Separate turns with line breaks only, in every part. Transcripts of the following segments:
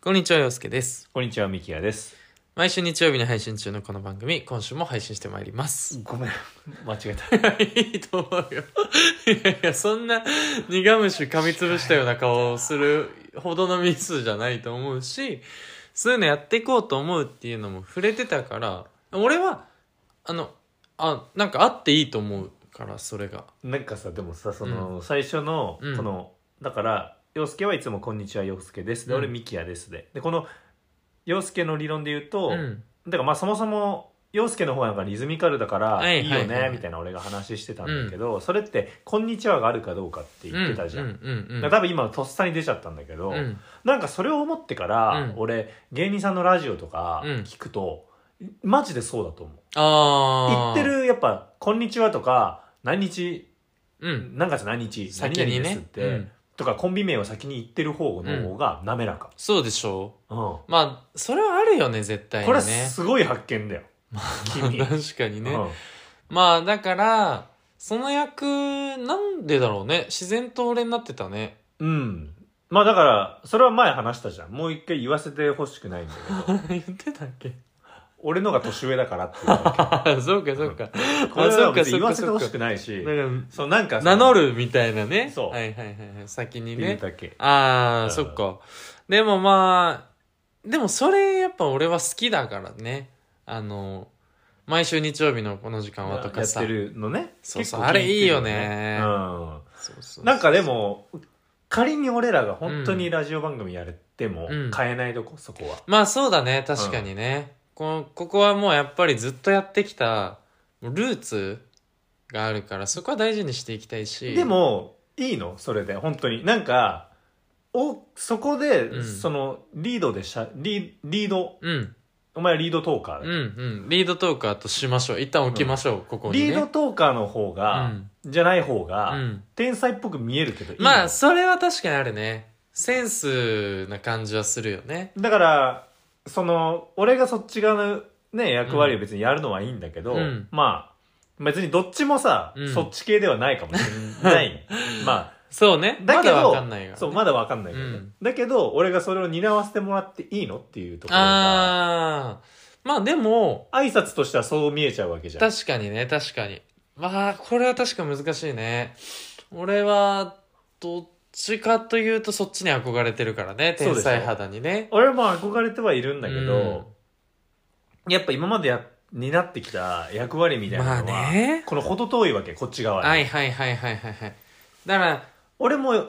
こんにちは、洋介です。
こんにちは、ミキヤです。
毎週日曜日に配信中のこの番組、今週も配信してまいります。
ごめん、間違えた。
いいと思うよ。いやいや、そんな苦虫噛みつぶしたような顔をするほどのミスじゃないと思うし、そういうのやっていこうと思うっていうのも触れてたから、俺は、あの、あ、なんかあっていいと思うから、それが。
なんかさ、でもさ、その、最初の、
うん
この、だから、洋介はいつもこんにちは、洋介です。で、
うん
俺、ミキヤですで。で、この、洋介の理論で言うと、
うん。
だからまあそもそも、洋介の方がなんかリズミカルだから、
はい
いいよ
はいはいは
ね、
い
みたいな俺が話してたんだけど、それって、こんにちはがあるかどうかって言ってたじゃん。
うんうんうん。
だから多分今とっさに出ちゃったんだけど、
うん
なんかそれを思ってから、
うん
俺芸人さんのラジオとか
うん
聞くと、マジでそうだと思う言
ああ。
って。るやっぱ「こんにちは」とか「何日
うん。
何月何日何
先
々
に
です」っ
ね。
て、
うん、
とかコンビ名を先に言ってる方の方が滑らか、
そうでしょう
うん
まあ、それはあるよね、絶対にね。
これはすごい発見だよ、君、
まあ確かにね。
うん
まあ、だから、その役、なんでだろうね。自然と俺になってたね。
うんまあだからそれは前話したじゃんもう一回言わせてほしくない んだけど
言ってたっけ俺
俺のが年上だからっていう だ
そうか、そうか。
けこれは別に言わせてほしくないし
なん
そうなん
か、
か
名乗るみたいなね。
そう
はいはいはいはい。先に
言う
ね。
だけ
あ
う
あ、
ん
そっか。でもまあ、でもそれやっぱ俺は好きだからね。あの、毎週日曜日のこの時間はと
や
か
っ
さ。
てるのね
そうそう
結構聞てる
あれいいよね
うん
そうそうそう
なんかでも仮に俺らが本当にラジオ番組やれても
うん
変えないとこ、そこは
まあそうだね確かにね、このここはもうやっぱりずっとやってきたルーツがあるからそこは大事にしていきたいし
でもいいのそれで本当になんかおそこで、
うん
そのリードでしゃリリード
うん
お前はリードトーカー
う
だ
んうんリードトーカーとしましょう一旦置きましょう、ここに、ね、
リードトーカーの方が、じゃない方が、
うんうん、
天才っぽく見えるけどいいの
まあそれは確かにあるねセンスな感じはするよね
だからその俺がそっち側のね役割を別にやるのはいいんだけど、
うん
まあ別にどっちもさ、
うん
そっち系ではないかもしれ ない。ま
そうね
あ、だけど、
まだわかんないが、
そう、まだわかんないけどね、
うん
だけど、俺がそれを担わせてもらっていいのっていうところが、
ああまあでも
挨拶としてはそう見えちゃうわけじゃん。
確かにね確かにまあこれは確か難しいね俺はどっちかというとそっちに憧れてるからね
そう
天
でしょ
才肌にね
俺も憧れてはいるんだけど、やっぱ今までや、になってきた役割みたいなのは、
まあね
この程遠いわけ、こっち側に。
はいはいはいはいはいはいだから
俺も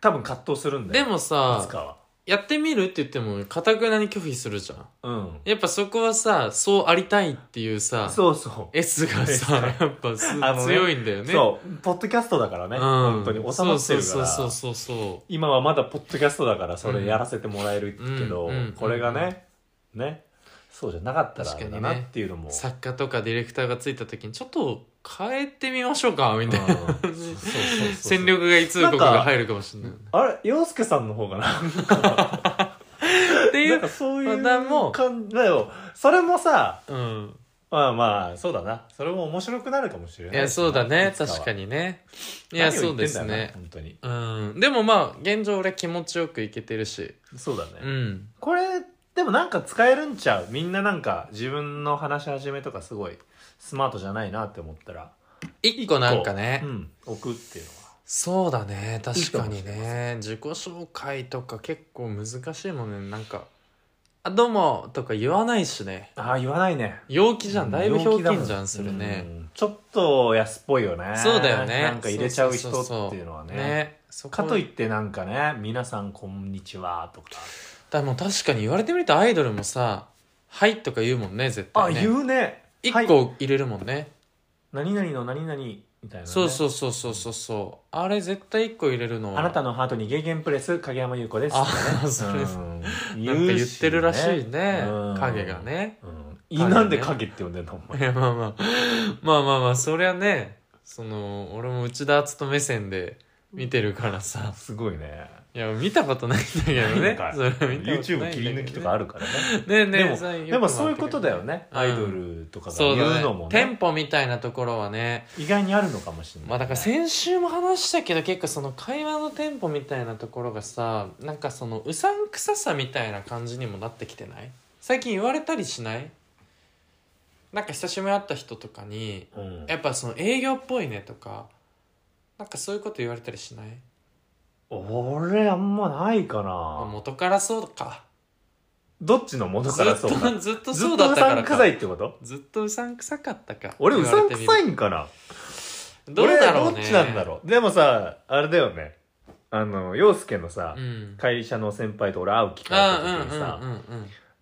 多分葛藤するんだ
で
よ。
も
いつ
さ
かは。
やってみるって言ってもかたくなに拒否するじゃん
うん。
やっぱそこはさそうありたいっていうさ
そうそう。
S がさやっぱす、
あのね
強いんだよね
そう、ポッドキャストだからね、
うん
本当に収まってるか
そう
ら。
そうそうそうそう
今はまだポッドキャストだからそれやらせてもらえるけど、
うんうんうん
これがね、ね、そうじゃなかったらあ
確か
れだ
にね
なっていうのも。
作家とかディレクターがついた時にちょっと変えてみましょうかみ
うん
たいな
そうそうそうそう
戦略外通告が入るかもしれない。
あれ、洋介さんの方がなんか、
ってい
なん
う
か、そうい
ま
う
たもう
感じだよ。それもさ、
うん。
まあまあ、そうだな。それも面白くなるかもしれ
い
ないしな。
や、そうだね。確か
に。
にね。い
何を
や、
言
そ
っ
うで
てんだ
す
よな
ね。
本当に。
うん。でもまあ、現状俺気持ちよくいけてるし。
そうだね。
うん。
これでもなんか使えるんちゃうみんななんか自分の話し始めとかすごいスマートじゃないなって思ったら
一個なんかね
こう。うん置くっていうのは
そうだね。確か
い
に
いかもしれ
ね。自己紹介とか結構難しいもんね。なんか、あ、どうもとか言わないしね。
ああ言わないね
陽気じゃん。だいぶ
陽
表
気だも
現じゃん、それね
う。んちょっと安っぽいよね
そうだよね。
なんか入れちゃう人
そそそ
っていうのはね
ね。そこ
かといってなんかね「皆さんこんにちは」とか
だからもう確かに言われてみるとアイドルもさ「はい」とか言うもんね絶
あ
対ね
言うね
1
はい
個入れるもんね、
何々の何々みたいなね
そうそうそうそうそうそうあれ絶対1個入れるのは
あなたのハートにゲーゲンプレス影山優子です
あ
とかね
それ
うん
な
言
んか
う
言ってるらしいね
うん
影がね
うん
影ね
なんで影って呼んでんのお
い
前
やまあまあまあまあまあそりゃねその俺も内田篤人目線で見てるからさ
すごいね
いや見たことないんだけど
な
ね
んか
それは見たことないん
YouTube
だけどね
切り抜きとかあるからね
ねえねえ
でも
さよく
でもそういうことだよね
うん
アイドルとかが
そう
言う
だ
のも
ね
ね
店舗みたいなところはね
意外にあるのかもしれない、
まあだから先週も話したけど結構その会話のテンポみたいなところがさなんかそのうさんくささみたいな感じにもなってきてない最近言われたりしないなんか久しぶりに会った人とかに
うん、
やっぱその営業っぽいねとかなんかそういうこと言われたりしない
俺あんまないか
まあ
な
元からそうか
どっちのものからそう
ずっ
か
とずっと
ず
そ
っ
うだ
と
っ
う
たか
さ
ら
ん
か
くさいってこと
ずっとうさんくさかったか
俺うさんくさ
い
いんかな
どうだろうね
俺どっちなんだろうでもさあれだよねあの陽介のさ、
うん
会社の先輩と俺会う機会あ
あ
った時にさ、
うんうんうんうん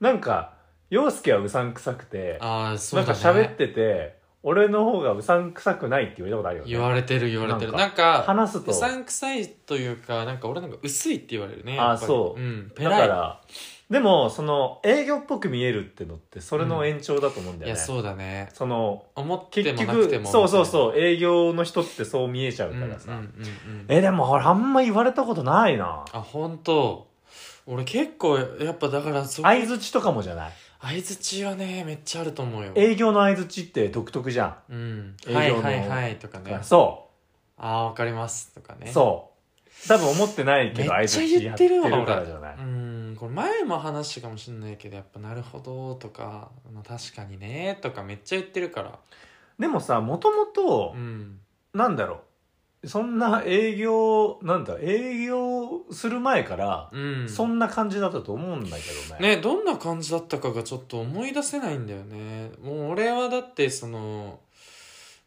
なんか陽介はうさんくさくて
ああそう
なん
だ、
か
ね、
喋ってて俺の方がうさんくさくないって言われたことあるよね
言われてる言われてる
な
なんんか
話すと
うさんくさいというかなんか俺なんか薄いって言われるね
あー
やっぱり
そう
うんペ
だ
ラ
か
イ
らでもその営業っぽく見えるってのってそれの延長だと思うんだ
い
よね、
やそうだね
その
思って
結
もなくて
局
も
そうそう
う
そう営業の人ってそう見えちゃう
うん
か
うんうん
らさ、
うん
えでも俺あんま言われたことないな
あ本当俺結構やっぱだからそこ
相づちとかもじゃない
相づちはねめっちゃあると思うよ
営業の相づちって独特じゃ
うん
営業の
はいはいはいとか
ん、
ね
そ
ああわかりますとか
う、
ね
そう多分思ってないけど
め
相
っちゃ
づち
言
や
っ
って
てる
る
わ
からじゃない、
うーんこれ前も話したかもしれないけどやっぱ「なるほど」とか「まあ確かにね」とかめっちゃ言ってるから
でもさもともと
うん
なんだろうそんな営業なんだ営業する前から、
うん
そんな感じだったと思うんだけどね
ねどんな感じだったかがちょっと思い出せないんだよねもう俺はだってその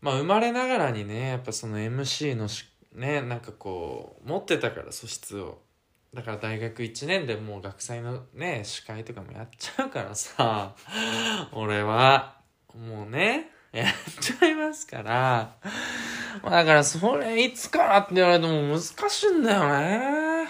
まあ生まれながらにねやっぱその MC のしねなんかこう持ってたから素質をだから大学1年でもう学祭のね司会とかもやっちゃうからさ俺はもうねやっちゃいますからまあだからそれいつからって言われても難しいんだよね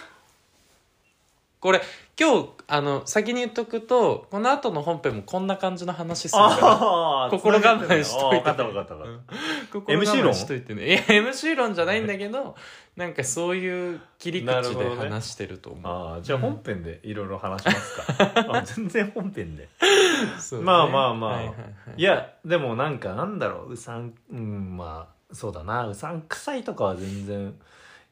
これ今日あの先に言っとくとこの後の本編もこんな感じの話するから
ああ
心我慢しといてね
分かった分かった分かっ
心
MC
構え
論
しといてねいや MC 論じゃないんだけど なんかそういう切り
なる
口
ほど
で
ね
話してると思
た、
う
ああじゃあ本編でいろいろ話しますか、あ全然本編で
そうね
まあまあまあ
はいはいはい
いやでもなんかなんだろううさんうんまあそうだなうさんくさいとかは全然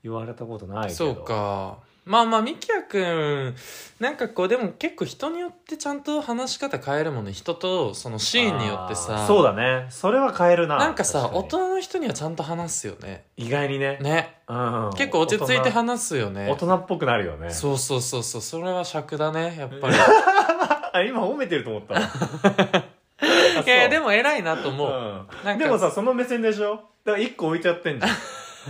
言われたことないけど
そうかまあまあみきやくんなんかこうでも結構人によってちゃんと話し方変えるもんね人とそのシーンによって
あ
さ
ーそうだねそれは変えるな
な
なん
かさ大
音
人の人にはちゃんと話すよね
意外にね
ね
うん
結構落ち着いて話すよ
大
ね
人っぽくなるよね
そうそうそうそうそれは尺だねやっぱり
あ今褒めてると思 ったわ
いやいやで
も
も偉いなと思う、なんか
でもさその目線でしょだから一個置いちゃってんじゃん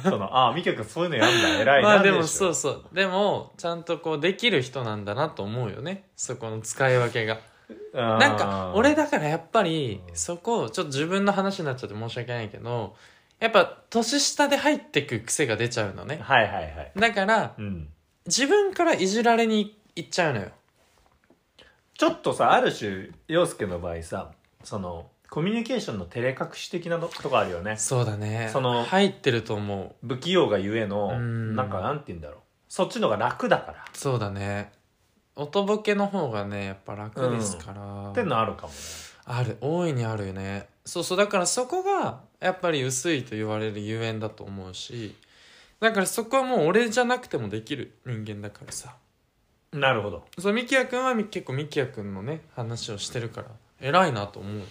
そのああ美香君そういうのやんだ偉いな
まあで
ん
も
しょ
そうそうでもちゃんとこうできる人なんだなと思うよねそこの使い分けが
あー
なんか俺だからやっぱり
うん
そこちょっと自分の話になっちゃって申し訳ないけどやっぱ年下で入ってく癖が出ちゃうのね
はいはいはい
だから
うん
自分からいじられに行っちゃうのよ
ちょっとさある種陽介の場合さそのコミュニケーションの照れ隠し的なのとこあるよね
そうだね
その
入ってると思
不器用がゆえの
うん
なんかなんて言うんだろうそっちのが楽だから
うそうだね音ボケの方がねやっぱ楽ですから、
ってのあるかもね
ある大いにあるよねそうそうだからそこがやっぱり薄いと言われるゆえんだと思うしだからそこはもう俺じゃなくてもできる人間だからさ
なるほど
そうみきやくんはみ結構みきやくんのね話をしてるから偉いなと思う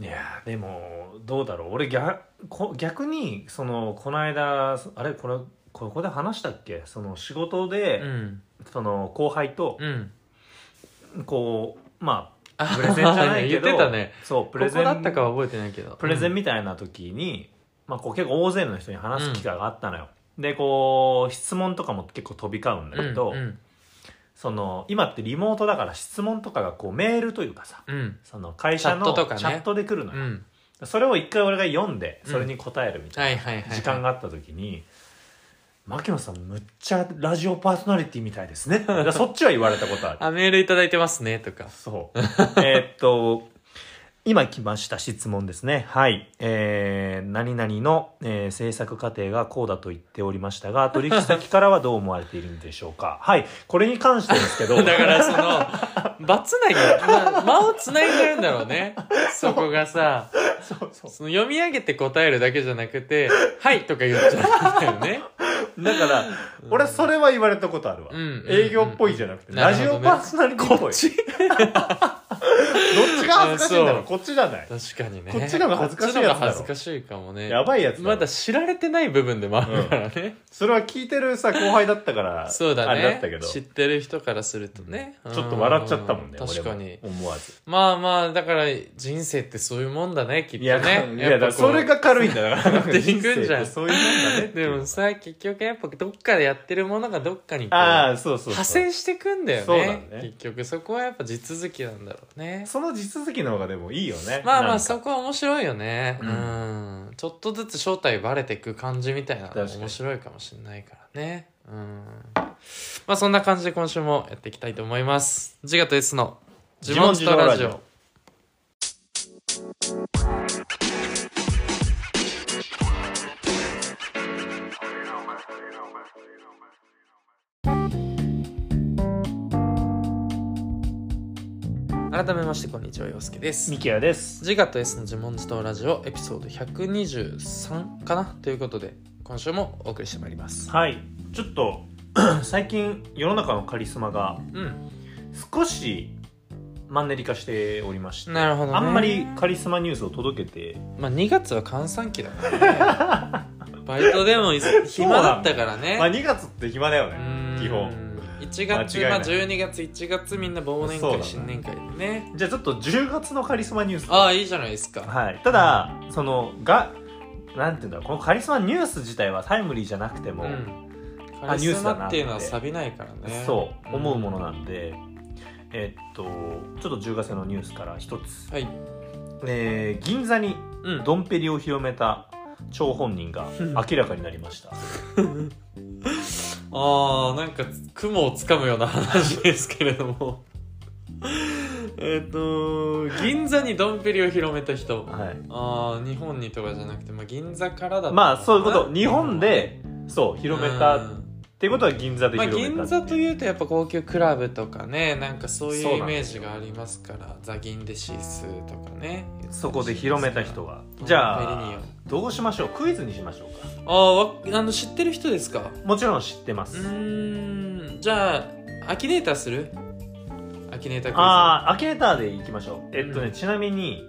いやーでもどうだろう俺逆こ逆にそのこの間そあれこれここで話したっけその仕事で、
うん
その後輩と
うん
こうま
あ
あプレゼンじゃないけ
言っ
ど
てたね
そうプ
こ
レ
こ
ゼン
だったかは覚えてないけど
プレゼン
見
みたいな時に、まあ、こう結構大勢の人に話す機会があったのよ、でこう質問とかも結構飛び交うんだけど、
うん
その今ってリモートだから質問とかがこうメールというかさ
うん
その会社の
チ
チ
ャットとかね
ャットで来るの
う
よ、
ん
それを一回俺が読んでそれに答えるみた
はいいはいはい
な時間
が
があった時に「牧野さんむっちゃラジオパーソナリティみたいですね」 だからそっちは言われたことある
あメールいただいてますねとか
そう。えーっと、今来ました質問ですね。はい。えー、何々の、えー制作過程がこうだと言っておりましたが、取引先からはどう思われているんでしょうか はい。これに関してですけど、
だからその場つなぎ、まあ間をつないでるんだろうねそこがさ
そうそう。
その読み上げて答えるだけじゃなくて「はい」とか言っちゃうんだよね
だから、 俺それは言われたことあるわ。
うん
営業っぽいじゃなくて、
な
ラ
る
ジ
ほど
オ
ね
パーソナリティっぽい。
こっち
どっちが恥ずかしいんだろ
あ
う
そ
こっちじゃない。
確かにね
こっちの方が恥ずかしい
こっ
やつだろ
ちの方が恥ずかしいかもね
やばいやつだろ
まだ知られてない部分でもあるからね、
それは聞いてるさ、後輩だったから、
そうだ
あ
ね
れだったけど。
知ってる人からするとね、
ちょっと笑っちゃったもんね。
う確か
俺
に
も思わず。
まあまあだから人生ってそういうもんだねきっと
い
ね
や、 いや
っ
だから
ぱこう
それが軽いんだだから。
っていくんじゃん
人生ってそういうもんだねってい
で
う。
もさ結局やっぱどっかでやってるものがどっかにこう
ああ、そうそうそう。
派生してくんだよね
そうだね
結局そこはやっぱ地続きなんだろうね
その地続きの方がでもいいよね。
まあま
な
あ
んか
そこは面白いよねう、
うん
ちょっとずつ正体バレてく感じみたいなの
確
も
かに
面白いかもしれないからねうんまあそんな感じで今週もやっていきたいと思います自我と S の自問自答ラジ
自問自答ラ
オ
ジ
改めましてこんにちは陽介です
ミキヤです。
自我と S の自問自答ラジオエピソード123かなということで今週もお送りしてまいります
はい。ちょっと、 最近世の中のカリスマが
うん
少しマンネリ化しておりまして、
なるほど、ね、
あんまりカリスマニュースを届けて、
まあ2月は閑散期だから ねバイトでも暇だったからね
まあ2月って暇だよ
う
ね
ーん、
基本。
1月
間違いな
ま
い
あ12月1月みんな忘年
そうだ
会
ね
新年会でね
じゃあちょっと10月のカリスマニュース。
ああいいじゃないですか
はい、ただそのがなんていうんだろうこのカリスマニュース自体はタイムリーじゃなくても、
うんカ
あニ
リ
ュー
ス
スだ
マ
な
っ
ってて
いうのは錆びないからね
そう思うものなんんで、えっとちょっと10月のニュースから一つ、
はい
えー銀座に
うん
ドンペリを広めた張本人が明らかになりました、
あーなんか雲をつかむような話ですけれども えっと銀座にドンペリを広めた人
はい、
ああ日本にとかじゃなくて、まあ、銀座からだったのかな
まあそういうこと日本でそう広めた
うん
っていうことは銀座で
まあ、
広めたっていう、
銀座というとやっぱ高級クラブとかねなんかそう
そう
い
な
うんイ
だ
メージがありますからザ・銀でシースとかね
そこで広めた人が
ドンペリに
じゃあどうしましょうクイズにしましょうか
ああわあの知ってる人ですか
もちろん知ってま
う
す、
ーんじゃあアキネーターするアキネータークイズ
ああ、アキネーターでいきましょう。えっとね、
うん
ちなみに、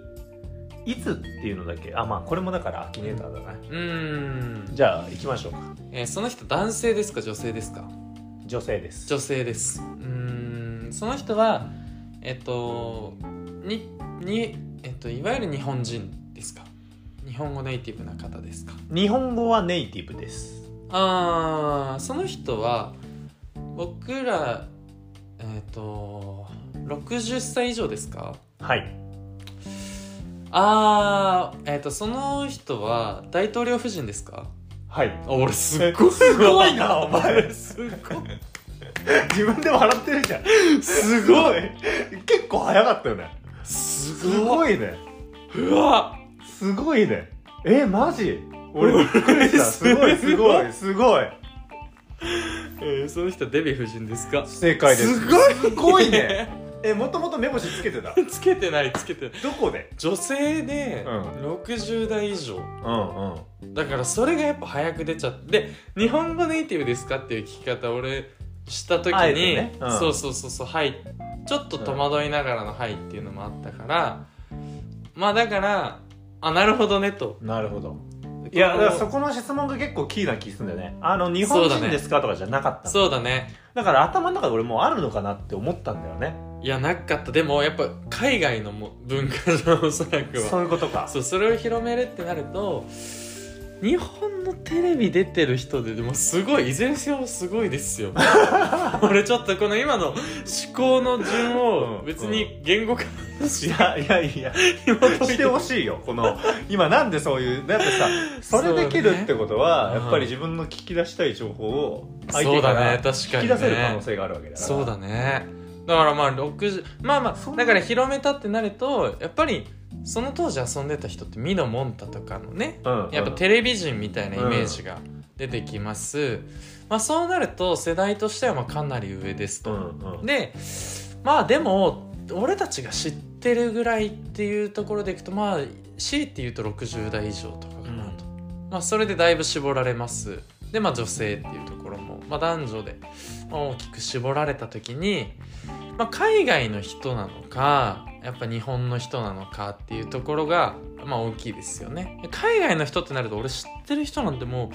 いつっていうのだけ、あ、まあ、これもだからアキネーターだね。
うーん
じゃあ、行きましょうか。
えーその人男性ですか女性ですか
女性です。
女性ですうーんその人はえっとにに、えっと、いわゆる日本人ですか日本語ネイティブな方ですか
日本語はネイティブです。
あーその人は僕らえっと60歳以上ですか
はい。
あーえっとその人は大統領夫人ですか
はい。
あ俺す
っごいすごいなお前
すごい
自分で笑ってるじゃん。
す
すごい。結構早かったよね。
す
す
ごい
ごいね。
うわ
すごいね。え、マジ俺びっくりした。 すごい、すごい、すごい。
えー、その人はデヴィ夫人ですか
正解です。
すごい
すごいね。え、もともと目星つけてた。
つけてないつけてない
どこで
女性で
うん
60代以上、
うんうん。
だからそれがやっぱ早く出ちゃってで日本語ネイティブですかっていう聞き方俺した時
あえ
に、
てねうん
そうそうそうそう「はい」ちょっと戸惑いながらの「はい」っていうのもあったから、まあだからあなるほどねと
なるほどいやだからそこの質問が結構キーな気するんだよねあの日本
そうだ
人
ね
ですかとかじゃなかったのだ,、
そうだね
から頭の中で俺もうあるのかなって思ったんだよね
いやなかったでもやっぱ海外のも文化じゃんおそらくは
そういうことか
そうそれを広めるってなると日本のテレビ出てる人ででもすごいいずれにせよすごいです よ俺ちょっとこの今の思考の順を
うん
別に言語化し
い
て
やいやいや
紐解い
しててほしいよこの今なんでそういうだってさそれできるってこと
そ
は、
うだね
やっぱり自分の聞き出したい情報を相
そう
手か
だ
ら
ね確か
聞
に
き出せる可能
ね
性があるわけだから
そうだねだからまあ60まあま
そ
あ
う
だから広めたってなるとやっぱりその当時遊んでた人ってミノモンタとかのね
うん
やっぱテレビ人みたいなイメージが出てきます、まあ、そうなると世代としてはまあかなり上です
う
と、
んうん
でまあでも俺たちが知ってるぐらいっていうところでいくとまあ C っていうと60代以上とかかなと、まあそれでだいぶ絞られますでまあ女性っていうところも、まあ、男女でまあ大きく絞られた時に、まあ、海外の人なのかやっぱ日本の人なのかっていうところが、まあ、大きいですよね海外の人ってなると俺知ってる人なんても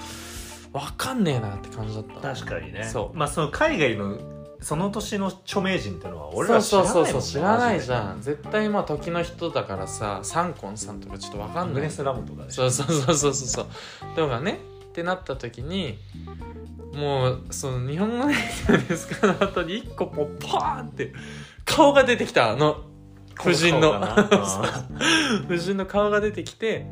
う分かんねえなって感じだった
確かにね
そう
まあその海外のその年の著名人ってのは俺ら知
そ
ら
う
ない
そうん
もね
そうそう知らないじ
マ
ゃん絶対まあ時の人だからさサンコンさんとかちょっとわか
ジで
ん
アグ
ない
ネス・ラムとかでしょ
そうそうそうそうそうとかねってなった時にもうその日本語ネイティブですかの後に1個ポうパーンって顔が出てきたあの夫人の
こうかな
夫人の顔が出てきて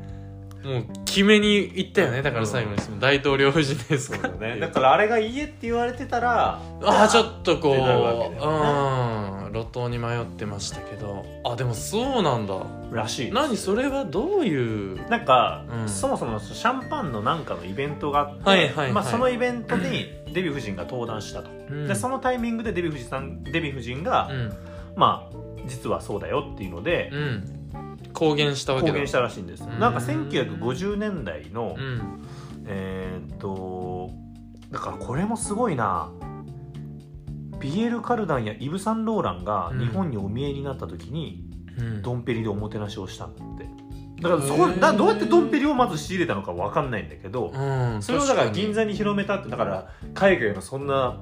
もう決めに行ったよねだから最後にその大統領夫人です
そう
か
だ
って
ね
い
だ
う
からあれが家って言われてた
あ
ら
あちょっとこう、
ってなるわけだ
うん路頭に迷ってましたけどあでもそうなんだ
らしい
何それはどういう
なんか、
うん
そもそもシャンパンのなんかのイベントがあって、
はいはいはい
まあ、そのイベントにデヴィ夫人が登壇したと、
うん
でそのタイミングでデヴィ夫人さんデヴィ夫人が、
うん
まあ実はそうだよっていうので
うん公言したわけ
公
だ
言したらしいんです、
うん
なんか1950年代の、
うん
えーっとだからこれもすごいなビエル・カルダンやイブ・サンローランが
うん
日本にお見えになった時に、
うん
ドンペリでおもてなしをしたんだってだからそこ
へー
だどうやってドンペリをまず仕入れたのか分かんないんだけど、
うん
それをだから
確に
銀座に広めたってだから海外のそんな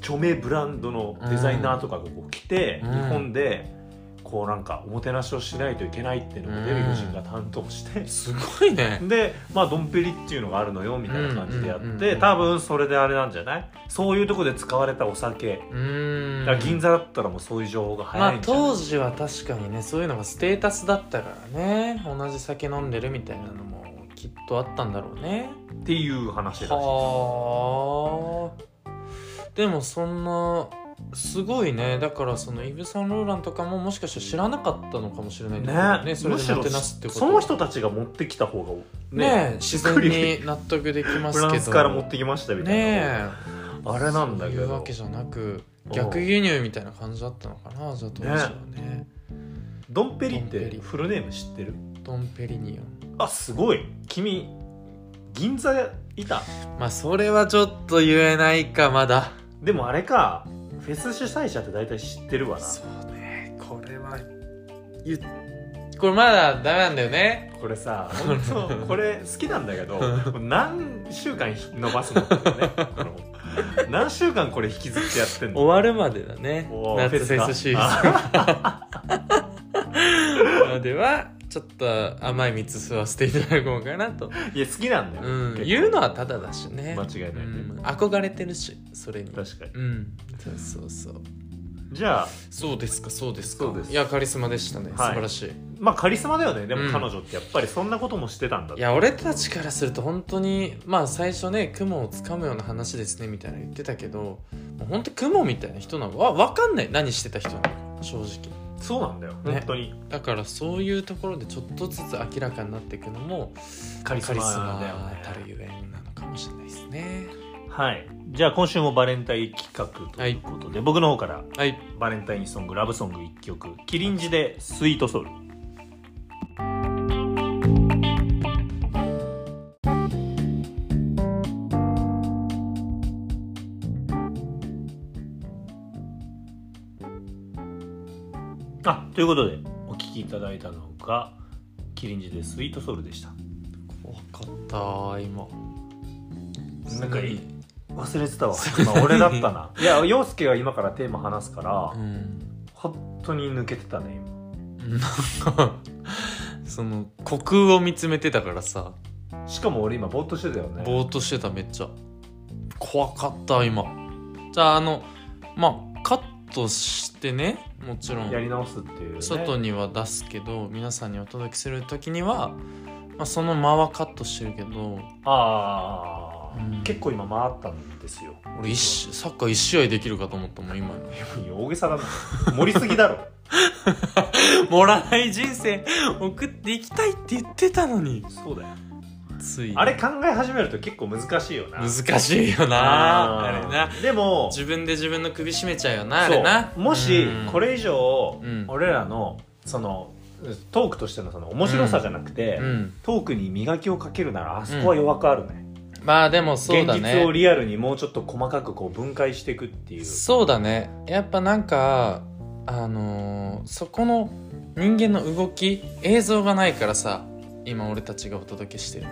著名ブランドのデザイナーとかがこう来て、
うん
日本でこうなんかおもてなしをしないといけないっていうのをデヴィ夫人が担当して、
すごいね
でまあドンペリっていうのがあるのよみたいな感じでやって、
うんうんうんうん
多分それであれなんじゃないそういうとこで使われたお酒、
うん
だから銀座だったらもうそういう情報が
ま
早い
あ
んじゃない、
当時は確かにねそういうのがステータスだったからね同じ酒飲んでるみたいなのもきっとあったんだろうね
っていう話らしい
はあでもそんなすごいねだからそのイブ・サンローランとかももしかしたら知らなかったのかもしれないってことだよ
ね
ねそれでもてなすってこと
その人たちが持ってきた方が
ね
ね
自然に納得できます
フ
けど
ランスから持ってきましたみたいな、
ねえ
あれなんだけ
そういう
ど
わけじゃなく
うん
逆輸入みたいな感じだったのかなじゃあ当時はね
ドンペリっ
ドンペ
て
リ
フルネーム知ってる
ドンペリニオ
あすごい君銀座いた
ンまあそれはちょっと言えないかまだ
でもあれかフェス主催者って大体知ってるわな
そうねこれは言っこれまだダメなんだよね
これ さ本当これ好きなんだけど何週間伸ばすのってねこの何週間これ引きずってやってんの
終わるまでだね
おー
夏フェスシーズンまではちょっと甘い蜜吸わせていただこうかなと、
いや好きなんだよ、
うん、
結構
言うのはただだしね
間違いないね
うん憧れてるしそれに
確かに
うんそうそうそう
じゃあ
そうですかそうですか
そうです
いやカリスマでしたね、
はい
素晴らしい
まあカリスマだよねで
う
も
ん
彼女ってやっぱりそんなこともしてたんだっ
い
て
や俺たちからすると本当にまあ最初ね雲をつかむような話ですねみたいなの言ってたけどもう本当雲みたいな人なのわ分かんない何してた人なのか正直
そうなんだよ本当に
だからそういうところでちょっとずつ明らかになっていくのも
カリス
カリス
マだよ
マ
ね
たるゆえんなのかもしれないですね
はいじゃあ今週もバレンタイン企画ということで、僕の方から
はい
バレンタインソングラブソング1曲「キリンジでスイートソウル」あということでお聴きいただいたのが「キリンジでスイートソウル」でした
怖かった今
なんかいい忘れてたわ
今俺だった
ないや陽介が今からテーマ話すから、
うん
本当に抜けてたね今
なんか その虚空を見つめてたからさ
しかも俺今ぼーっとしてたよね
ぼーっとしてためっちゃ怖かった今じゃああのまあカットしてねもちろん
やり直すっていう、ね、
外には出すけど皆さんにお届けする時には、まあ、その間はカットしてるけど
ああ、
うん
結構今回ったんですよ
俺一しサッカー1試合できるかと思ったもん今の
いや大げさだな盛りすぎだろ
盛らない人生送っていきたいって言ってたのに
そうだよ
ついに
あれ考え始めると結構難しいよな
難しいよなあれな
でも
自分で自分の首絞めちゃうよなあれな
そうもし
うん
これ以上
うん
俺らのそのトークとしてのその面白さじゃなくて、
うん
トークに磨きをかけるならあそこは弱くあるね、
まあでもそう
現
だ
実を
ね
リアルにもうちょっと細かくこう分解していくっていう
そうだねやっぱなんかあのーそこの人間の動き映像がないからさ今俺たちがお届けしてるの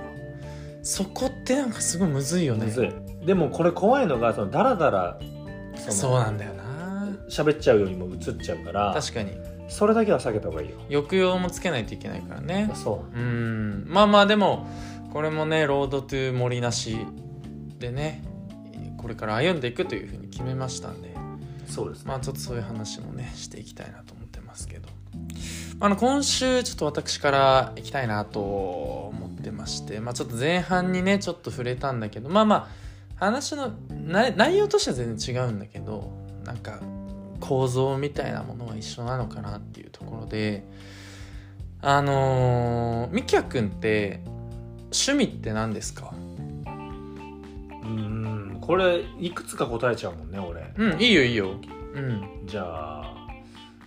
そこってなんかすごいむずいよね
むずいでもこれ怖いのがそのダラダラ
そうなんだよな
喋っちゃうよりも映っちゃうから
確かに
それだけは避けた方がいいよ
抑揚もつけないといけないからね
そう
ーんまあまあでもこれもねロードトゥ森なしでねこれから歩んでいくというふうに決めましたんで
うそうですね
まあちょっとそういう話もねしていきたいなと思ってますけどあの今週ちょっと私から行きたいなと思ってましてまあちょっと前半にねちょっと触れたんだけどまあまあ話のな内容としては全然違うんだけどなんか構造みたいなものは一緒なのかなっていうところであのー、みきやくんって趣味って何ですか
うーんこれいくつか答えちゃうもんね俺
うんいいよいいようん
じゃあ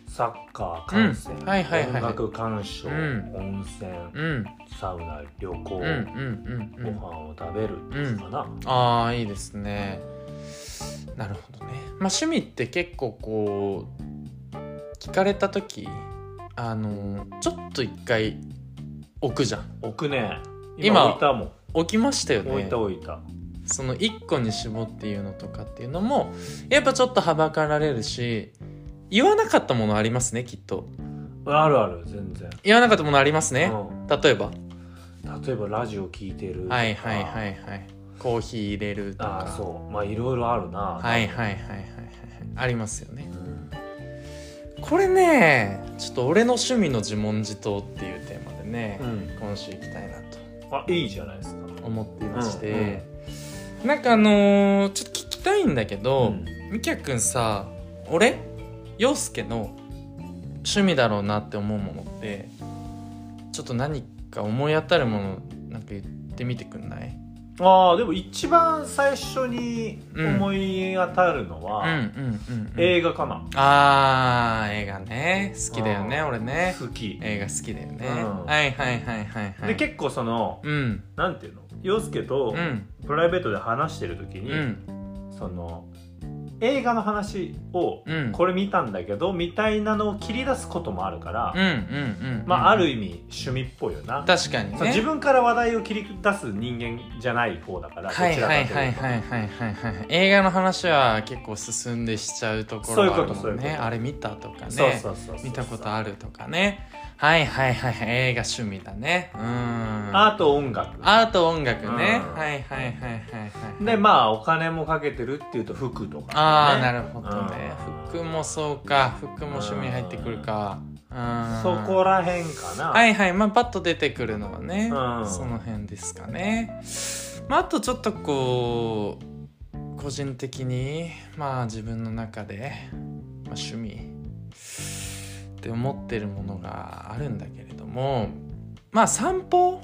サッカー観戦、
うんはいはいはいはい
音楽鑑賞、
うん
温泉
うん
サウナ旅行、
うんうんうんう
ご
ん
飯を食べるかな、
ああいいですねなるほどね、まあ、趣味って結構こう聞かれた時あのちょっと一回置くじゃん
置くね
今
今置いたもん
置きましたよ
置い
ね
た置いた、
その一個に絞っていうのとかっていうのもやっぱちょっとはばかられるし言わなかったものありますねきっと
あるある全然
言わなかったものありますね、
う
例えば
ん、例えばラジオ聞いてるとか
はいはいはいはいコーヒー入れると
ああ
か
そうまあいろいろあるな
はいはいはいはいはいありますよね
うん
これねちょっと俺の趣味の自問自答っていうテーマでね、
うん
今週行きたいなと
あいいじゃないですか
思っていまして、なんかあのーちょっと聞きたいんだけど、みきやくんさ俺陽介の趣味だろうなって思うものってちょっと何か思い当たるものなんか言ってみてくんない
ああでも一番最初に思い当たるの
うん
は、
うんうん、うん、
映画かな、
あー映画ね好きだよね
うん
俺ね
好き、
映画好きだよね、
うん
はいはいはいはいはい
で結構その
うん
なんていうの洋介と
うん
プライベートで話してる時に、
うん
その映画の話を、
うん
これ見たんだけどみたいなのを切り出すこともあるから、
うんうんうん
まあある意味趣味っぽいよな、
確かに
そ
ね
の自分から話題を切り出す人間じゃない方だからどち
はい
らかと
はいいう
と、
はいはいはいはいはい映画の話は結構進んでしちゃうとこ
そうい
ろ
う
があ
こ
る
と
もん
そういう
ね
こと
あれ見たとかね
そうそうそうそう
見たことあるとかねはいはいはいはい映画趣味だねうん
ア
ア
ート音楽
ート音楽ね
うん
はいはいはいはいはい
でまあお金もかけてるっていうと服とか、ね、
ああなるほどね
うん
服もそうか服も趣味入ってくるかうん
そこらへんかな、
はいはいまあパッと出てくるのはね、
うん
その辺ですかね、まあ、あとちょっとこう個人的にまあ自分の中で、まあ、趣味って思ってるものがあるんだけれどもまあ散歩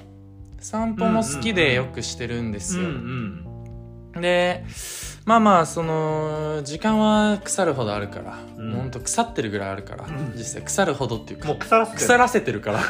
散歩も好きでよくしてるんで
う
す
ん
よ、
うん
でまあまあその時間は腐るほどあるから、
うん
ほんと腐ってるぐらいあるから、
うん
実際腐るほどっていうか
もう腐らせて
腐らせてるから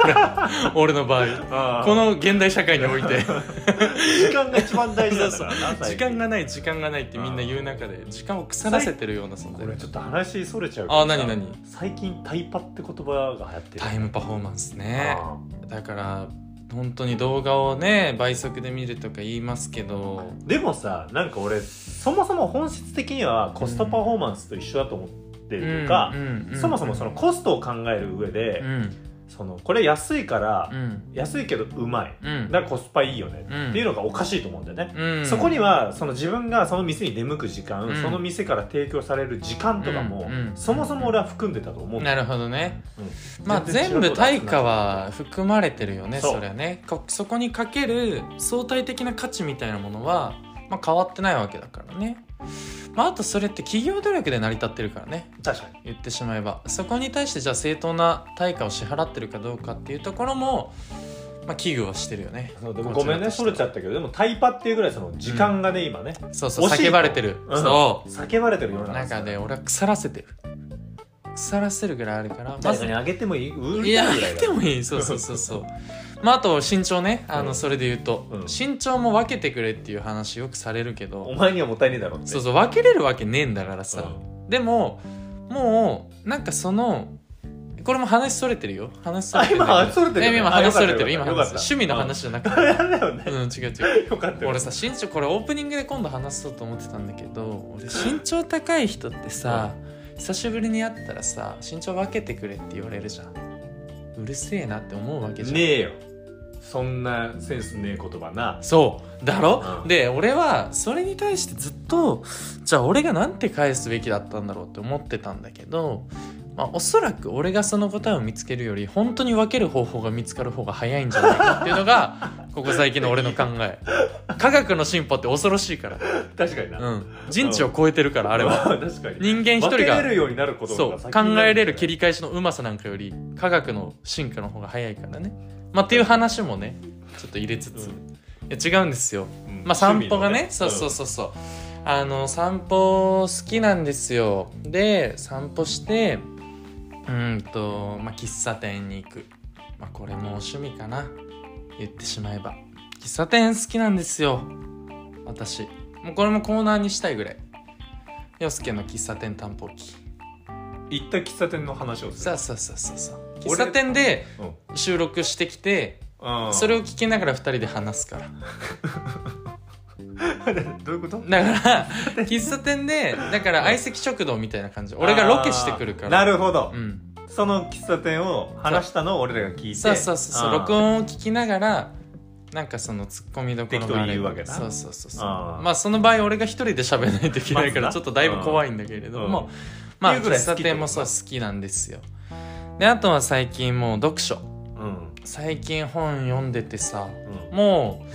これ俺の場合こ
こ
の現代社会におい て
時間が一番大事なんだから な
時間が
ね
ない時間がないってみんな言う中で時間を腐らせてるような存
これち
在
ょっと話それちゃう
あ何何
最近タイパって言葉が流行ってる
タイムパフォーマンスね
あ
だから本当に動画をね倍速で見るとか言いますけど
ーでもさなんか俺そもそも本質的にはコストパフォーマンスと一緒だと思ってるというか、そもそもそのコストを考える上で、
うん
そのこれ安いから
う、ん
安いけどうまい
うん
だからコスパいいよね、
うん
っていうのがおかしいと思うんだよね、
うん
そこにはその自分がその店に出向く時間、
うん
その店から提供される時間とかも、
うんうん
そもそも俺は含んでたと思う
なるほどね
うん
まあ全部対価は含まれてるよね
そう
そりゃねこそこにかける相対的な価値みたいなものは、まあ、変わってないわけだからね、まあ、まあ、あとそれって企業努力で成り立ってるからね
確かに
言ってしまえばそこに対してじゃあ正当な対価を支払ってるかどうかっていうところも、まあ、危惧はしてるよね
そうでもごめんねそれちゃったけどでもタイパっていうぐらいその時間がね、今ね
そうそう
惜しい
叫ばれてる、
うん
そ
叫ばれてる
う
ような
なんかね俺は腐らせてる腐らせるぐらいあるからま
確
ず
かにあげてもいい売
い
りた
や
いぐらいだ
でもいいそうそうそうそうまああと身長ねあの、
うん
それで言うと、
うん
身長も分けてくれっていう話よくされるけ
お
ど
前にはもったいねえだろって
そうそう分けれるわけねえんだからさ、でももうなんかそのこれも話それてるよ話それてるんだけど
あ今話それてる
い
よね
や今話それてる
あよ
今
かっ
話
たよかった
趣味の話じゃなく
あ
て
れだよ
う
ね
ん違う違う
よかったよ
俺さ身長これオープニングで今度話そうと思ってたんだけど俺身長高い人ってさ久しぶりに会ったらさ身長分けてくれって言われるじゃんうるせえなって思うわけじゃん
ねえよそんなセンスねえ言葉な
そうだろ、
うん
で俺はそれに対してずっとじゃあ俺がなんて返すべきだったんだろうって思ってたんだけど、まあ、おそらく俺がその答えを見つけるより本当に分ける方法が見つかる方が早いんじゃないかっていうのがここ最近の俺の考 え科学の進歩って恐ろしいから、
確かにな、
うん、人知を超えてるからあれは。
確かに
人間一人が
分けれるようになること
そ
が
う
先
考
にな
え
る
れる切り返しのうまさなんかより科学の進化の方が早いからねまあっていう話もねちょっと入れつつ、い
う
や違うんですよ
うん
まあ散歩がね
趣味
そう
の
そうそうそうあの散歩好きなんですよで散歩してうーんと、まあ、喫茶店に行く、まあ、これも趣味かな言ってしまえば喫茶店好きなんですよ私もうこれもコーナーにしたいぐらい洋介の喫茶店担保機
行った喫茶店の話をする
そうそうそうそうそう喫
俺
茶店で
うん
収録してきて
あー
それを聞きながら2人で話すから
どういうこと
だから喫茶店でだから相席食堂みたいな感じ俺がロケしてくるから
あーなるほど、
うん
その喫茶店を話したのを俺らが聞いて
そうそうそうそう
あー
録音を聞きながらなんかそのツッコミどころがあ
適当に
れ
言う
ば
わけな
そうそうそうそう
あー
まあその場合俺が一人で喋らないといけないから
ま
ち
ず
ょ
な
っとだいぶ怖いんだけれど
うん
もまあ
っていうぐらい
喫茶
好きってこと
店もそう好きなんですよであとは最近もう読書
うん
最近本読んでてさ
うん
もう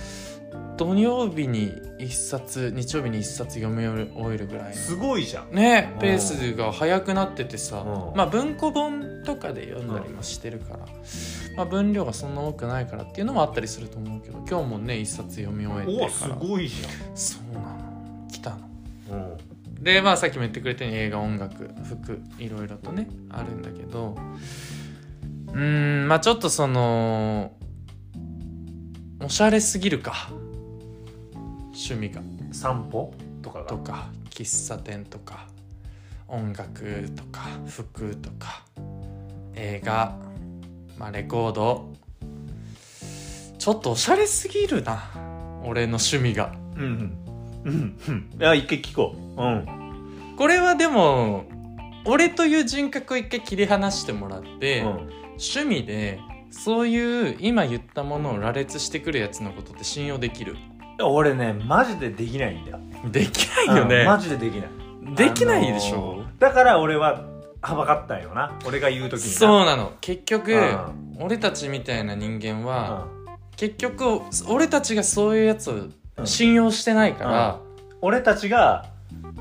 土曜日に一冊日曜日に一冊読み終えるぐらいの
すごいじゃん
ね
うん
ペースが速くなっててさ、
うん
まあ文庫本とかで読んだりもしてるから、まあ、分量がそんな多くないからっていうのもあったりすると思うけど今日もね一冊読み終え
おお
て
す
から
ごいじ
そうなの来たの
ゃん、うん、
でまあさっきも言ってくれたように映画音楽服いろいろとねあるんだけどうーんまあちょっとそのおしゃれすぎるか趣味が
散歩とかが
とか喫茶店とか音楽とか服とか映画、まあ、レコードちょっとおしゃれすぎるな俺の趣味が
うんうんうんうんあ一回聞こううん
これはでも俺という人格を一回切り離してもらって、
うん
趣味でそういう今言ったものを羅列してくるやつのことって信用できる
俺ねマジでできないんだよ
できないよね
うん、マジでできない
できないでしょ、
あのーだから俺ははばかったんよな俺が言う時にな
そうなの結局、
うん
俺たちみたいな人間
う
は、
ん
結局俺たちがそういうやつ
う
を
ん
信用してないから、
俺たちが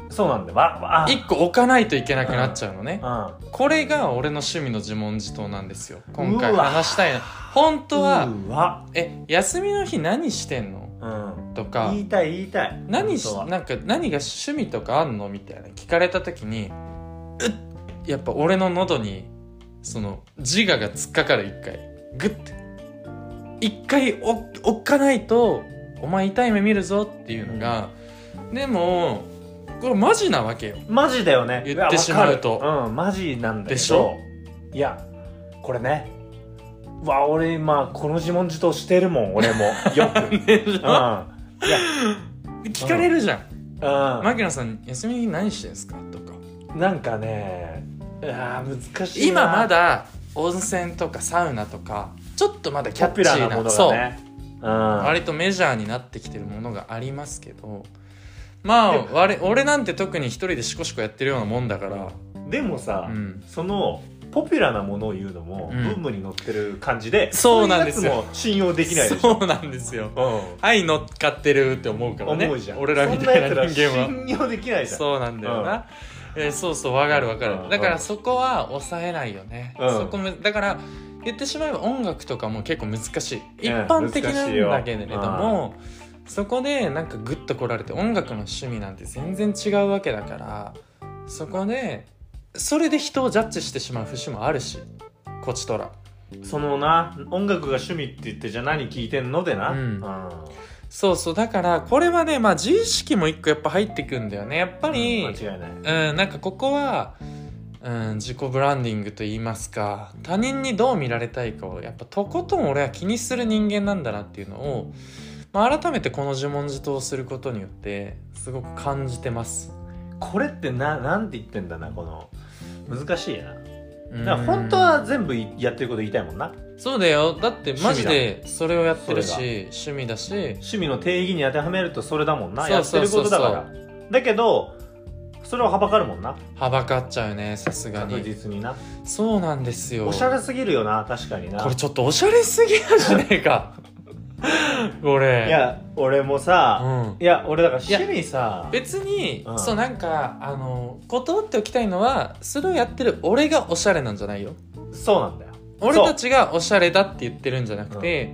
そうなんだよわわ
一個置かないといけなくなっちゃうのね、
うん
これが俺の趣味の自問自答なんですよ今回
うわ
話したいの本当は、
うわ、
え休みの日何してんの
うん、
とか
言いたい言いたい
何し
本当は
なんか何が趣味とかあんのみたいな聞かれた時にうっやっぱ俺の喉にその自我が突っかかる一回グッて一回おおっかないとお前痛い目見るぞっていうのが、でもこれマジなわけよ
マジだよね
言ってしまうと
いやわかるうんマジなんだけど
でしょ
いやこれねうわ俺今この自問自答してるもん俺もよく、うん、いや
聞かれるじゃん
うん
牧野さん休みの日何してんすかとか
なんかねいやー難しいな
今まだ温泉とかサウナとかちょっとまだキ
キャ
ャッ
ピ
チ
ラー
ー
な
な
もの
そう
がねうん
割とメジャーになってきてるものがありますけどまあ
でも
我俺なんて特に一人でシコシコやってるようなもんだから
でもさ、
うん
そのポピュラーなものを言うのも、
うん
ブームに乗ってる感じで
そうなんですよ
そいうやつも信用できないでしょ
そうなんですよ
う
愛乗っかってるって思うから
ん、
ね
思うじゃん
俺らみたいな人
そん
間は
やつら信用できないじゃん
そうなんだよな、えーそうそうわかるわか
うん
るだからそこは抑えないよね、
うん
そこむだから言ってしまえば音楽とかも結構難しい一
うん
般的な
難し
ん
いよ
だけれども、そこでなんかグッと来られて音楽の趣味なんて全然違うわけだからそこでそれで人をジャッジしてしまう節もあるしこっちとら
そのな音楽が趣味って言ってじゃあ何聴いてんのでな、
うん
うん
そうそうだからこれはねまあ自意識も一個やっぱ入ってくんだよねやっぱり、
間違いない
うん、なんかここは、うん、自己ブランディングと言いますか他人にどう見られたいかをやっぱとことん俺は気にする人間なんだなっていうのを、まあ、改めてこの自問自答をすることによってすごく感じてます。
これってななんて言ってんだなこの難しいなだ
うん
から本当は全部いやってること言いたいもんな
そうだよだってマジ
趣味
でそれをやってるし
そ
趣味だし
趣味の定義に当てはめるとそれだもんな
そ
や
う
って
そう
る
そ
こ
う
と
そう
だからだけどそれをはばかるもんな
はばかっちゃうよねさすが
確
に
実にな
そうなんですよ
おしゃれすぎるよな確かにな
これちょっとおしゃれすぎやしねえかこれ
いや俺も
う
さ、
ん
いや俺だから
いや
趣味さ
別に、
うん
そうなんかあの断っておきたいのはそれをやってる俺がおしゃれなんじゃないよ
そうなんだよ
俺たちがおしゃれだって言ってるんじゃなくて、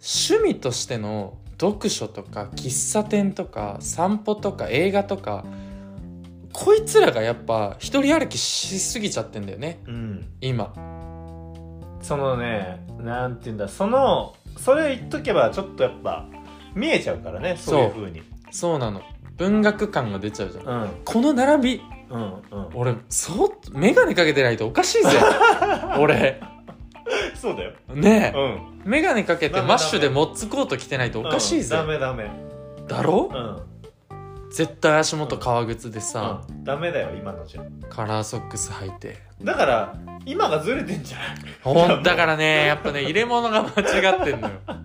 趣味としての読書とか喫茶店とか散歩とか映画とかこいつらがやっぱ一人歩きしすぎちゃってんだよね
うん
今
そのねなんて言うんだそのそれ言っとけばちょっとやっぱ見えちゃうからねそういうふうに
そうなの文学感が出ちゃうじゃん
うん
この並び
うん うん
俺そう眼鏡かけてないとおかし いぜ俺
そうだよ
ねえ、
うん
メガネかけて
ダメダメ
マッシュでモッツコート着てないとおかしいぜ、
うんダメダメ
だろ
うん
絶対足元革靴でさ、
うんダメだよ今のじゃ
カラーソックス履いて
だから今がずれてんじゃない
ほんだからねやっぱね入れ物が間違って んのよだか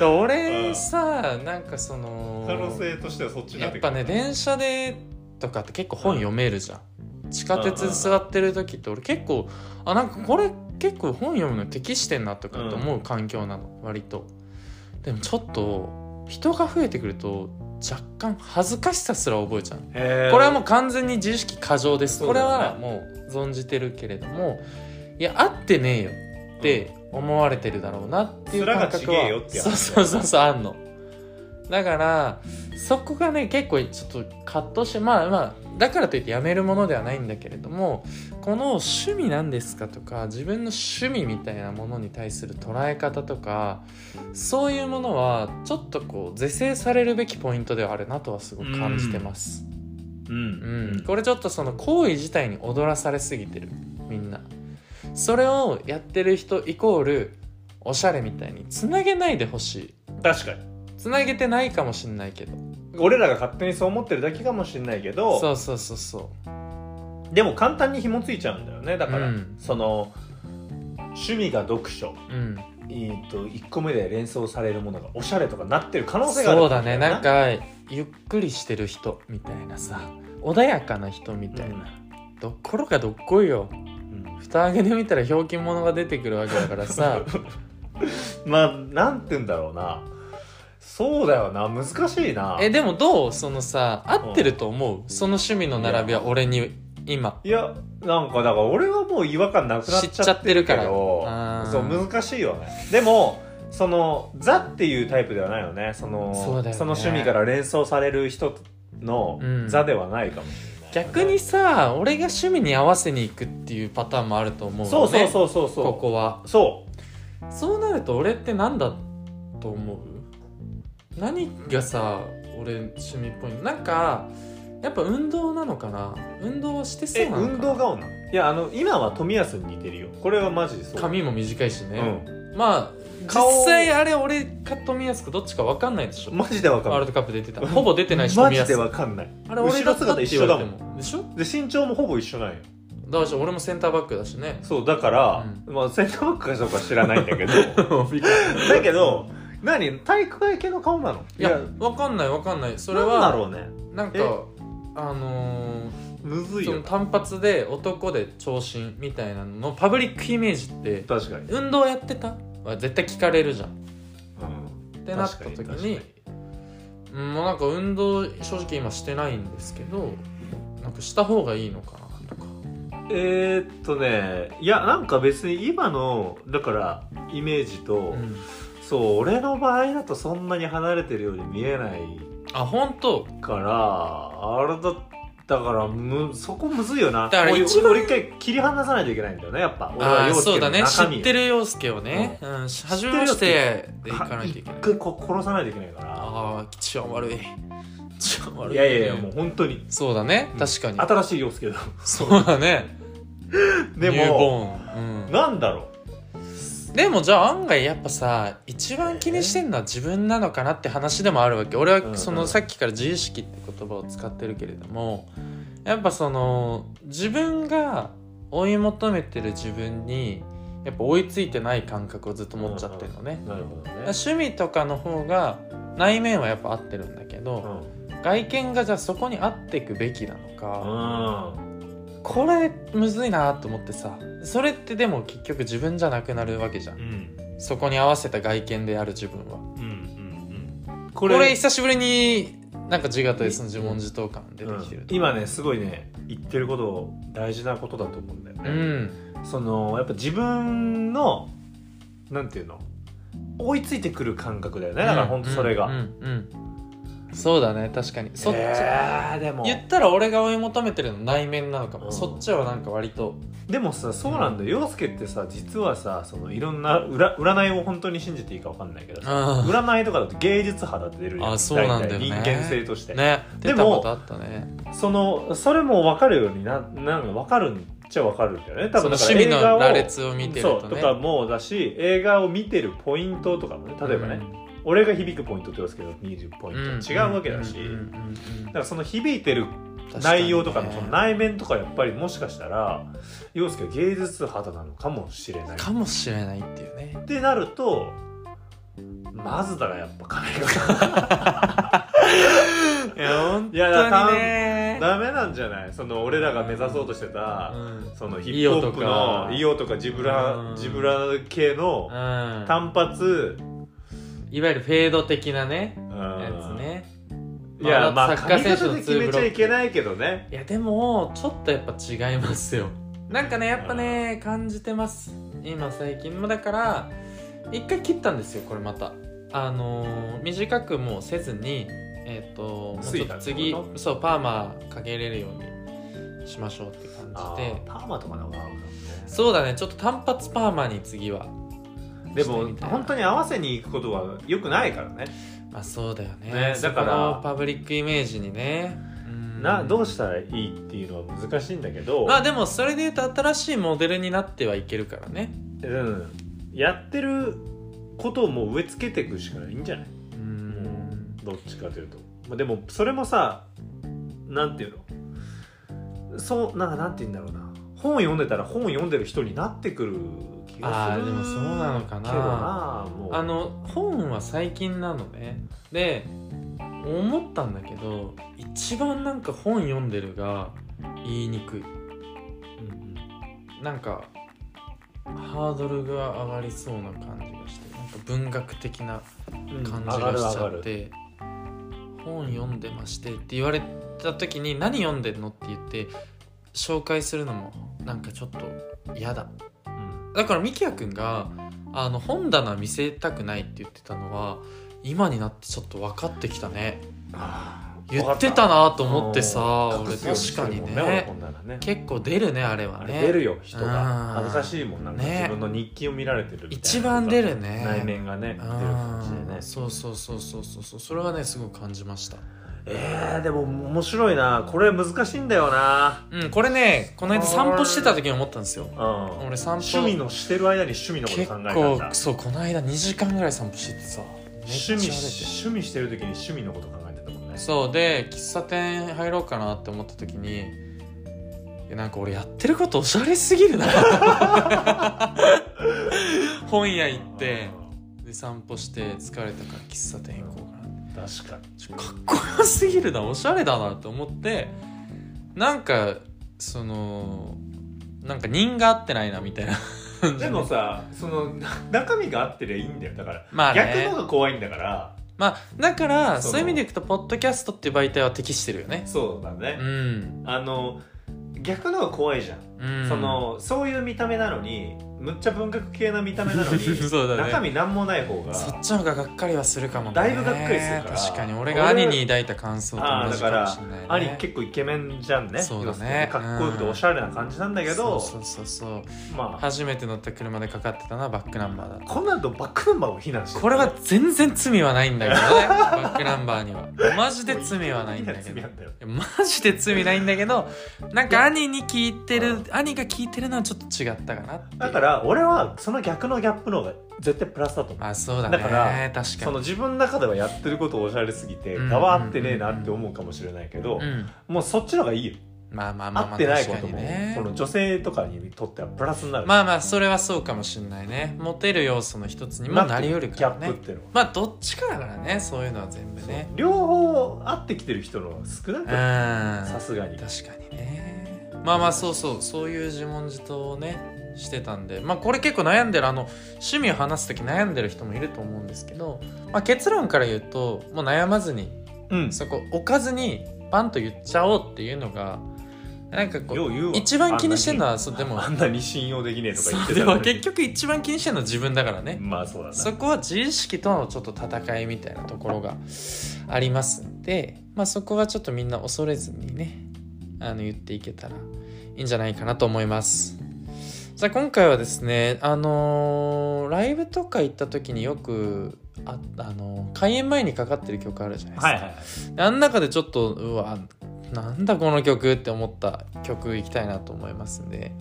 ら
う
俺
ん
さなんかその
可能性としてはそっちにな
や
っ
ってぱね電車でとかって結構本読めるじゃん地下鉄座ってる時って俺結構あなんかこれ結構本読むの適してんなとかって思う環境なの割とでもちょっと人が増えてくると若干恥ずかしさすら覚えちゃう
えー
これはもう完全に自意識過剰です、
そ
こ
う
れ
だよね
はもう存じてるけれどもいや合ってねえよって思われてるだろうなっていう
面が
感覚は
違えよってやつ
そうそうそうそうあんのだからそこがね結構ちょっと葛藤してまあまあだからといってやめるものではないんだけれどもこの趣味なんですかとか自分の趣味みたいなものに対する捉え方とかそういうものはちょっとこう是正されるべきポイントではあるなとはすごく感じてます。
うん
うん、これちょっとその行為自体に踊らされすぎてるみんなそれをやってる人イコールおしゃれみたいにつなげないでほしい
確かに
つなげてないかもしんないけど
俺らが勝手にそう思ってるだけかもしれないけど
そうそうそうそ
でも簡単に紐ついちゃうんだよねだから、
うん
その趣味が読書
ううん
えー、と1個目で連想されるものがおしゃれとかなってる可能性がある
そうだねなんかゆっくりしてる人みたいなさ穏やかな人みたいな、どっころかどっこいよ
うん
蓋開けてみたらひょうきん者が出てくるわけだから さ
まあなんて言うんだろうなそうだよな難しいな
えでもどうそのさ合ってると思うその趣味の並びは俺に今
いやなんかだから俺はもう違和感なくなっちゃってるけ
知っちゃってるから
ど
あー
そう難しいよねでもそのザっていうタイプではないよねその
そうだよね
の趣味から連想される人の
うん
ザではないかもしれない、
逆にさ俺が趣味に合わせに行くっていうパターンもあると思うのね
そうそうそうそうそう
ここは
そ
そうなると俺って何だと思う何がさ俺趣味っぽいのなんかやっぱ運動なのかな運動はして
う
そう
え
なのかな
運動顔なのいやあの今は富安に似てるよこれはマジでそう
髪も短いし
う
ね、
ん
まあ
顔
実際あれ俺か富安かどっちか分かんないでしょ
マジでわかん
ワー
な
ル
い
ドカップ出てたほぼ出てないし
マ
富
ジ
安
でわかんない
あれ俺だったって言われて
後ろ姿一緒
もでしょ
で身長もほぼ一緒なんよ
だし俺もセンターバックだし ね
そうだから、まあ、センターバックかどうか知らない んだけど だけど何体育会系の顔なの
いやわかんないわかんないそれ
なんだ
は
ろうね
なんか
え
あの
むず
ー
い
そ
よ
の
な
単発で男で長身みたいなののパブリックイメージって
確かに、
運動やってたは絶対聞かれるじゃん
うん、
ってなった時
確か
にうんまあなんか運動正直今してないんですけどなんかした方がいいのかなとか
えー、っとねいやなんか別に今のだからイメージと、
うん
そう俺の場合だとそんなに離れてるように見えない
あ本当
からあれだだからむそこむずいよ
だ
な
から
もう
一番
俺一回切り離さないといけないんだよねやっぱ俺
あ
は
ー
陽
そう
介
だ
の
ね知
中身
ってる陽介をね、うん初めましてで行かないといけない
一回こう殺さないといけないか
ああ治安悪い治安
ら
悪
い
い、
やいやいやもう本当に
そうだね確かに、
新しい陽介だ
そうだね
で
ニュー
も
ボーン、
なんだろ
うん、でもじゃあ案外やっぱさ一番気にしてんのは自分なのかなって話でもあるわけ俺
うんう
は
ん
そのさっきから自意識って言葉を使ってるけれどもやっぱその自分が追い求めてる自分にやっぱ追いついてない感覚をずっと持っちゃってるのね、
うなるほどね
趣味とかの方が内面はやっぱ合ってるんだけ
う
ど、
ん
外見がじゃあそこに合っていくべきなのか、
うん
これむずいなと思ってさそれってでも結局自分じゃなくなるわけじゃん
うん
そこに合わせた外見である自分は
うんうんうん
こ
こ
れ久しぶりになんか自我と S の自問自答感出てきてる
うん、今ねすごいね言ってること大事なことだと思うんだよ
う
ね、
ん
そのやっぱ自分のなんていうの追いついてくる感覚だよねだから本当それが、
うんうんうんそうだね確かにそっち、
えーでも
言ったら俺が追い求めてるの内面なのかも、
うん
そっちはなんか割と
でもさそうなんだよ陽介ってさ実はさそのいろんな占占いを本当に信じていいかわかんないけどさ
うん
占いとかだと芸術派だって出るじゃ
あそうなんだよね
大体人間性として、
ね出
で
た
も
ことあったね
そのそれも分かるようにななんか分かるんちゃ分かるんだよね多
その
分だか
趣
ら
味の
映画を
羅列を見てるとね
そうとかもだし映画を見てるポイントとかもね例えばね、俺が響くポイントって言うんですけど見るポ
う
イ
ん、
ント違うわけだし、
うんうんうんうん
だからその響いてる
確かにね
内容とかのその内面とかやっぱりもしかしたら陽介は芸術肌なのかもしれない。
かもしれないっていうね
ってなるとまずだからやっぱ金が
いや本
いやだから
ね
ダメなんじゃないその俺らが目指そうとしてた、
うん
そのヒップホップの
イ
イオとかジブ
う
ラ
ん
ジブラ系の
うん
単発
いわゆるフェード的なね
うん
やつね
いや
ま
ま
あ
あ
サッカー選
髪
手
型
の
で
ツ
決
ーブ
め
ロ
ちゃ
ッ
い
ク
けないけどね
いやでもちょっとやっぱ違いますよなんかねやっぱね感じてます今最近もだから一回切ったんですよこれまたあのー短くもうせずにえっ、ともうちょっと
つい
次
たってこ
そうパーマかけれるようにしましょうって
あ
感じで
ーパーマとかの方が合うかもね
そうだねちょっと単発パーマに次は
で
して
も
みたいな
本当に合わせに行くことはよくないからね、
まあそうだよね
ね
そ
だ
こ
から
のパブリックイメージにねうん
などうしたらいいっていうのは難しいんだけど、
まあでもそれで言うと新しいモデルになってはいけるからね
うん、やってることをもう植え付けていくしかないんじゃない
うん
どっちかというと、まあ、でもそれもさなんていうのそうなんかなんて言うんだろうな本読んでたら本読んでる人になってくる気
あ
がす
ー
る
でもそうなのかな
けどなもう
あの本は最近なのねで思ったんだけど一番なんか本読んでるが言いにくい
うんうん
なんかハードルが上がりそうな感じがしてなんか文学的な感じがしちゃって本読んでましてって言われた時に何読んでんのって言って紹介するのもなんかちょっと嫌だだからみきやくんがあの本棚見せたくないって言ってたのは今になってちょっと分かってきたね言ってたなと思ってさ俺確かにね結構出るねあれは
あ
ね
れ出るよ人
うん
が恥ずかしいもんなんか
ね
自分の日記を見られてるみたいな
一番出るね
内面がね出る感じ
う
でね
んそうそうそうそうそうそうそれはねすごく感じました
えー、でも面白いなこれ難しいんだよな
うんこれねこの間散歩してた時に思ったんですよ
うん
俺散歩
趣味のしてる間に趣味のこと
結
考えたんだ
構そうこの間2時間ぐらい散歩しててさ
趣
めっ
味
ちゃ歩いて
趣味してる時に趣味のこと考えてたもんね
そうで喫茶店入ろうかなって思った時にいやなんか俺やってることおしゃれすぎ るな本屋行ってで散歩して疲れたから喫茶店行こうかな
確かに
ちょかっこよすぎるなおしゃれだなって思ってなんかそのなんか人が合ってないなみたいな感じ
でもさそのな中身が合ってりゃいいんだよだから、
まあね
逆のが怖いんだから
まあだから
そ
そうういう意味でいくとポッドキャストっていう媒体は適してるよね
そうだね
う、ん、
あの逆のが怖いじゃん、
うん、
そのそういう見た目なのにむっちゃ文学系な見た目なの に
そうだね
中身なんもない方が
そっちの方ががっかりはするかもね
だいぶがっかりするから
確かに俺が兄に抱いた感想と
ああ
同
だ
じか
か
も
ら
しれないね
兄結構イケメンじゃんね
そうだね
要するにかっこよくておしゃれな感じなんだけど、
そうそうそうそう
まあ
初めて乗った車でかかってたのはバックナンバーだった
この後バックナンバーを非難して
これは全然罪はないんだけど ねバックナンバーにはマジで罪はないんだけど
罪なんだよ
マジで罪ないんだけどなんか兄に聞いてる兄が聞いてるのはちょっと違ったかなっていう
だから俺はその逆のギャップの方が絶対プラスだと思う
あそうだね
だから
確か
その
に
自分の中ではやってることおしゃれすぎて
うん
がわ合ってねえなって思うかもしれないけど、
うん
もうそっちの方がいいよ
まあまあまあまあ
合ってないこと
確
も、
かにね
この女性とかにとってはプラスになる、
まあまあそれはそうかもしれないねモテる要素の一つにもなりうるから
ギャッ
ね
プっていうのは、
まあどっちかだからねそういうのは全部ね
両方合ってきてる人の方が少な
う
く
ん
ないさ
確
すがに
かにねまあまあそうそうそういう自問自答をねしてたんでまあこれ結構悩んでるあの趣味を話す時悩んでる人もいると思うんですけど、まあ、結論から言うともう悩まずに
うん
そこ置かずにバンと言っちゃおうっていうのがなんかこ
よう言うわ
う一番気にしてるのはそうでも
あんなに信用できねえとか言っ
そ
て
う
た
で
のに
も結局一番気にしてるのは自分だからね
まあそうだな
そこは自意識とのちょっと戦いみたいなところがありますんで、まあ、そこはちょっとみんな恐れずにねあの言っていけたらいいんじゃないかなと思います。さあ今回はですねあのーライブとか行った時によくあ、あのー開演前にかかってる曲あるじゃないですか。
はいはいはい
あん中でちょっとうわなんだこの曲って思った曲いきたいなと思いますんで、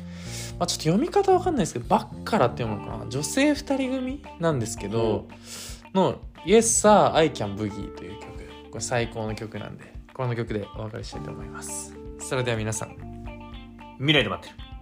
まあ、ちょっと読み方わかんないですけど「バッカラ」って読むのかな女性2人組なんですけど、の「Yes Sir I Can Boogie」という曲これ最高の曲なんでこの曲でお別れしたいと思いますそれでは皆さん
未来で待ってる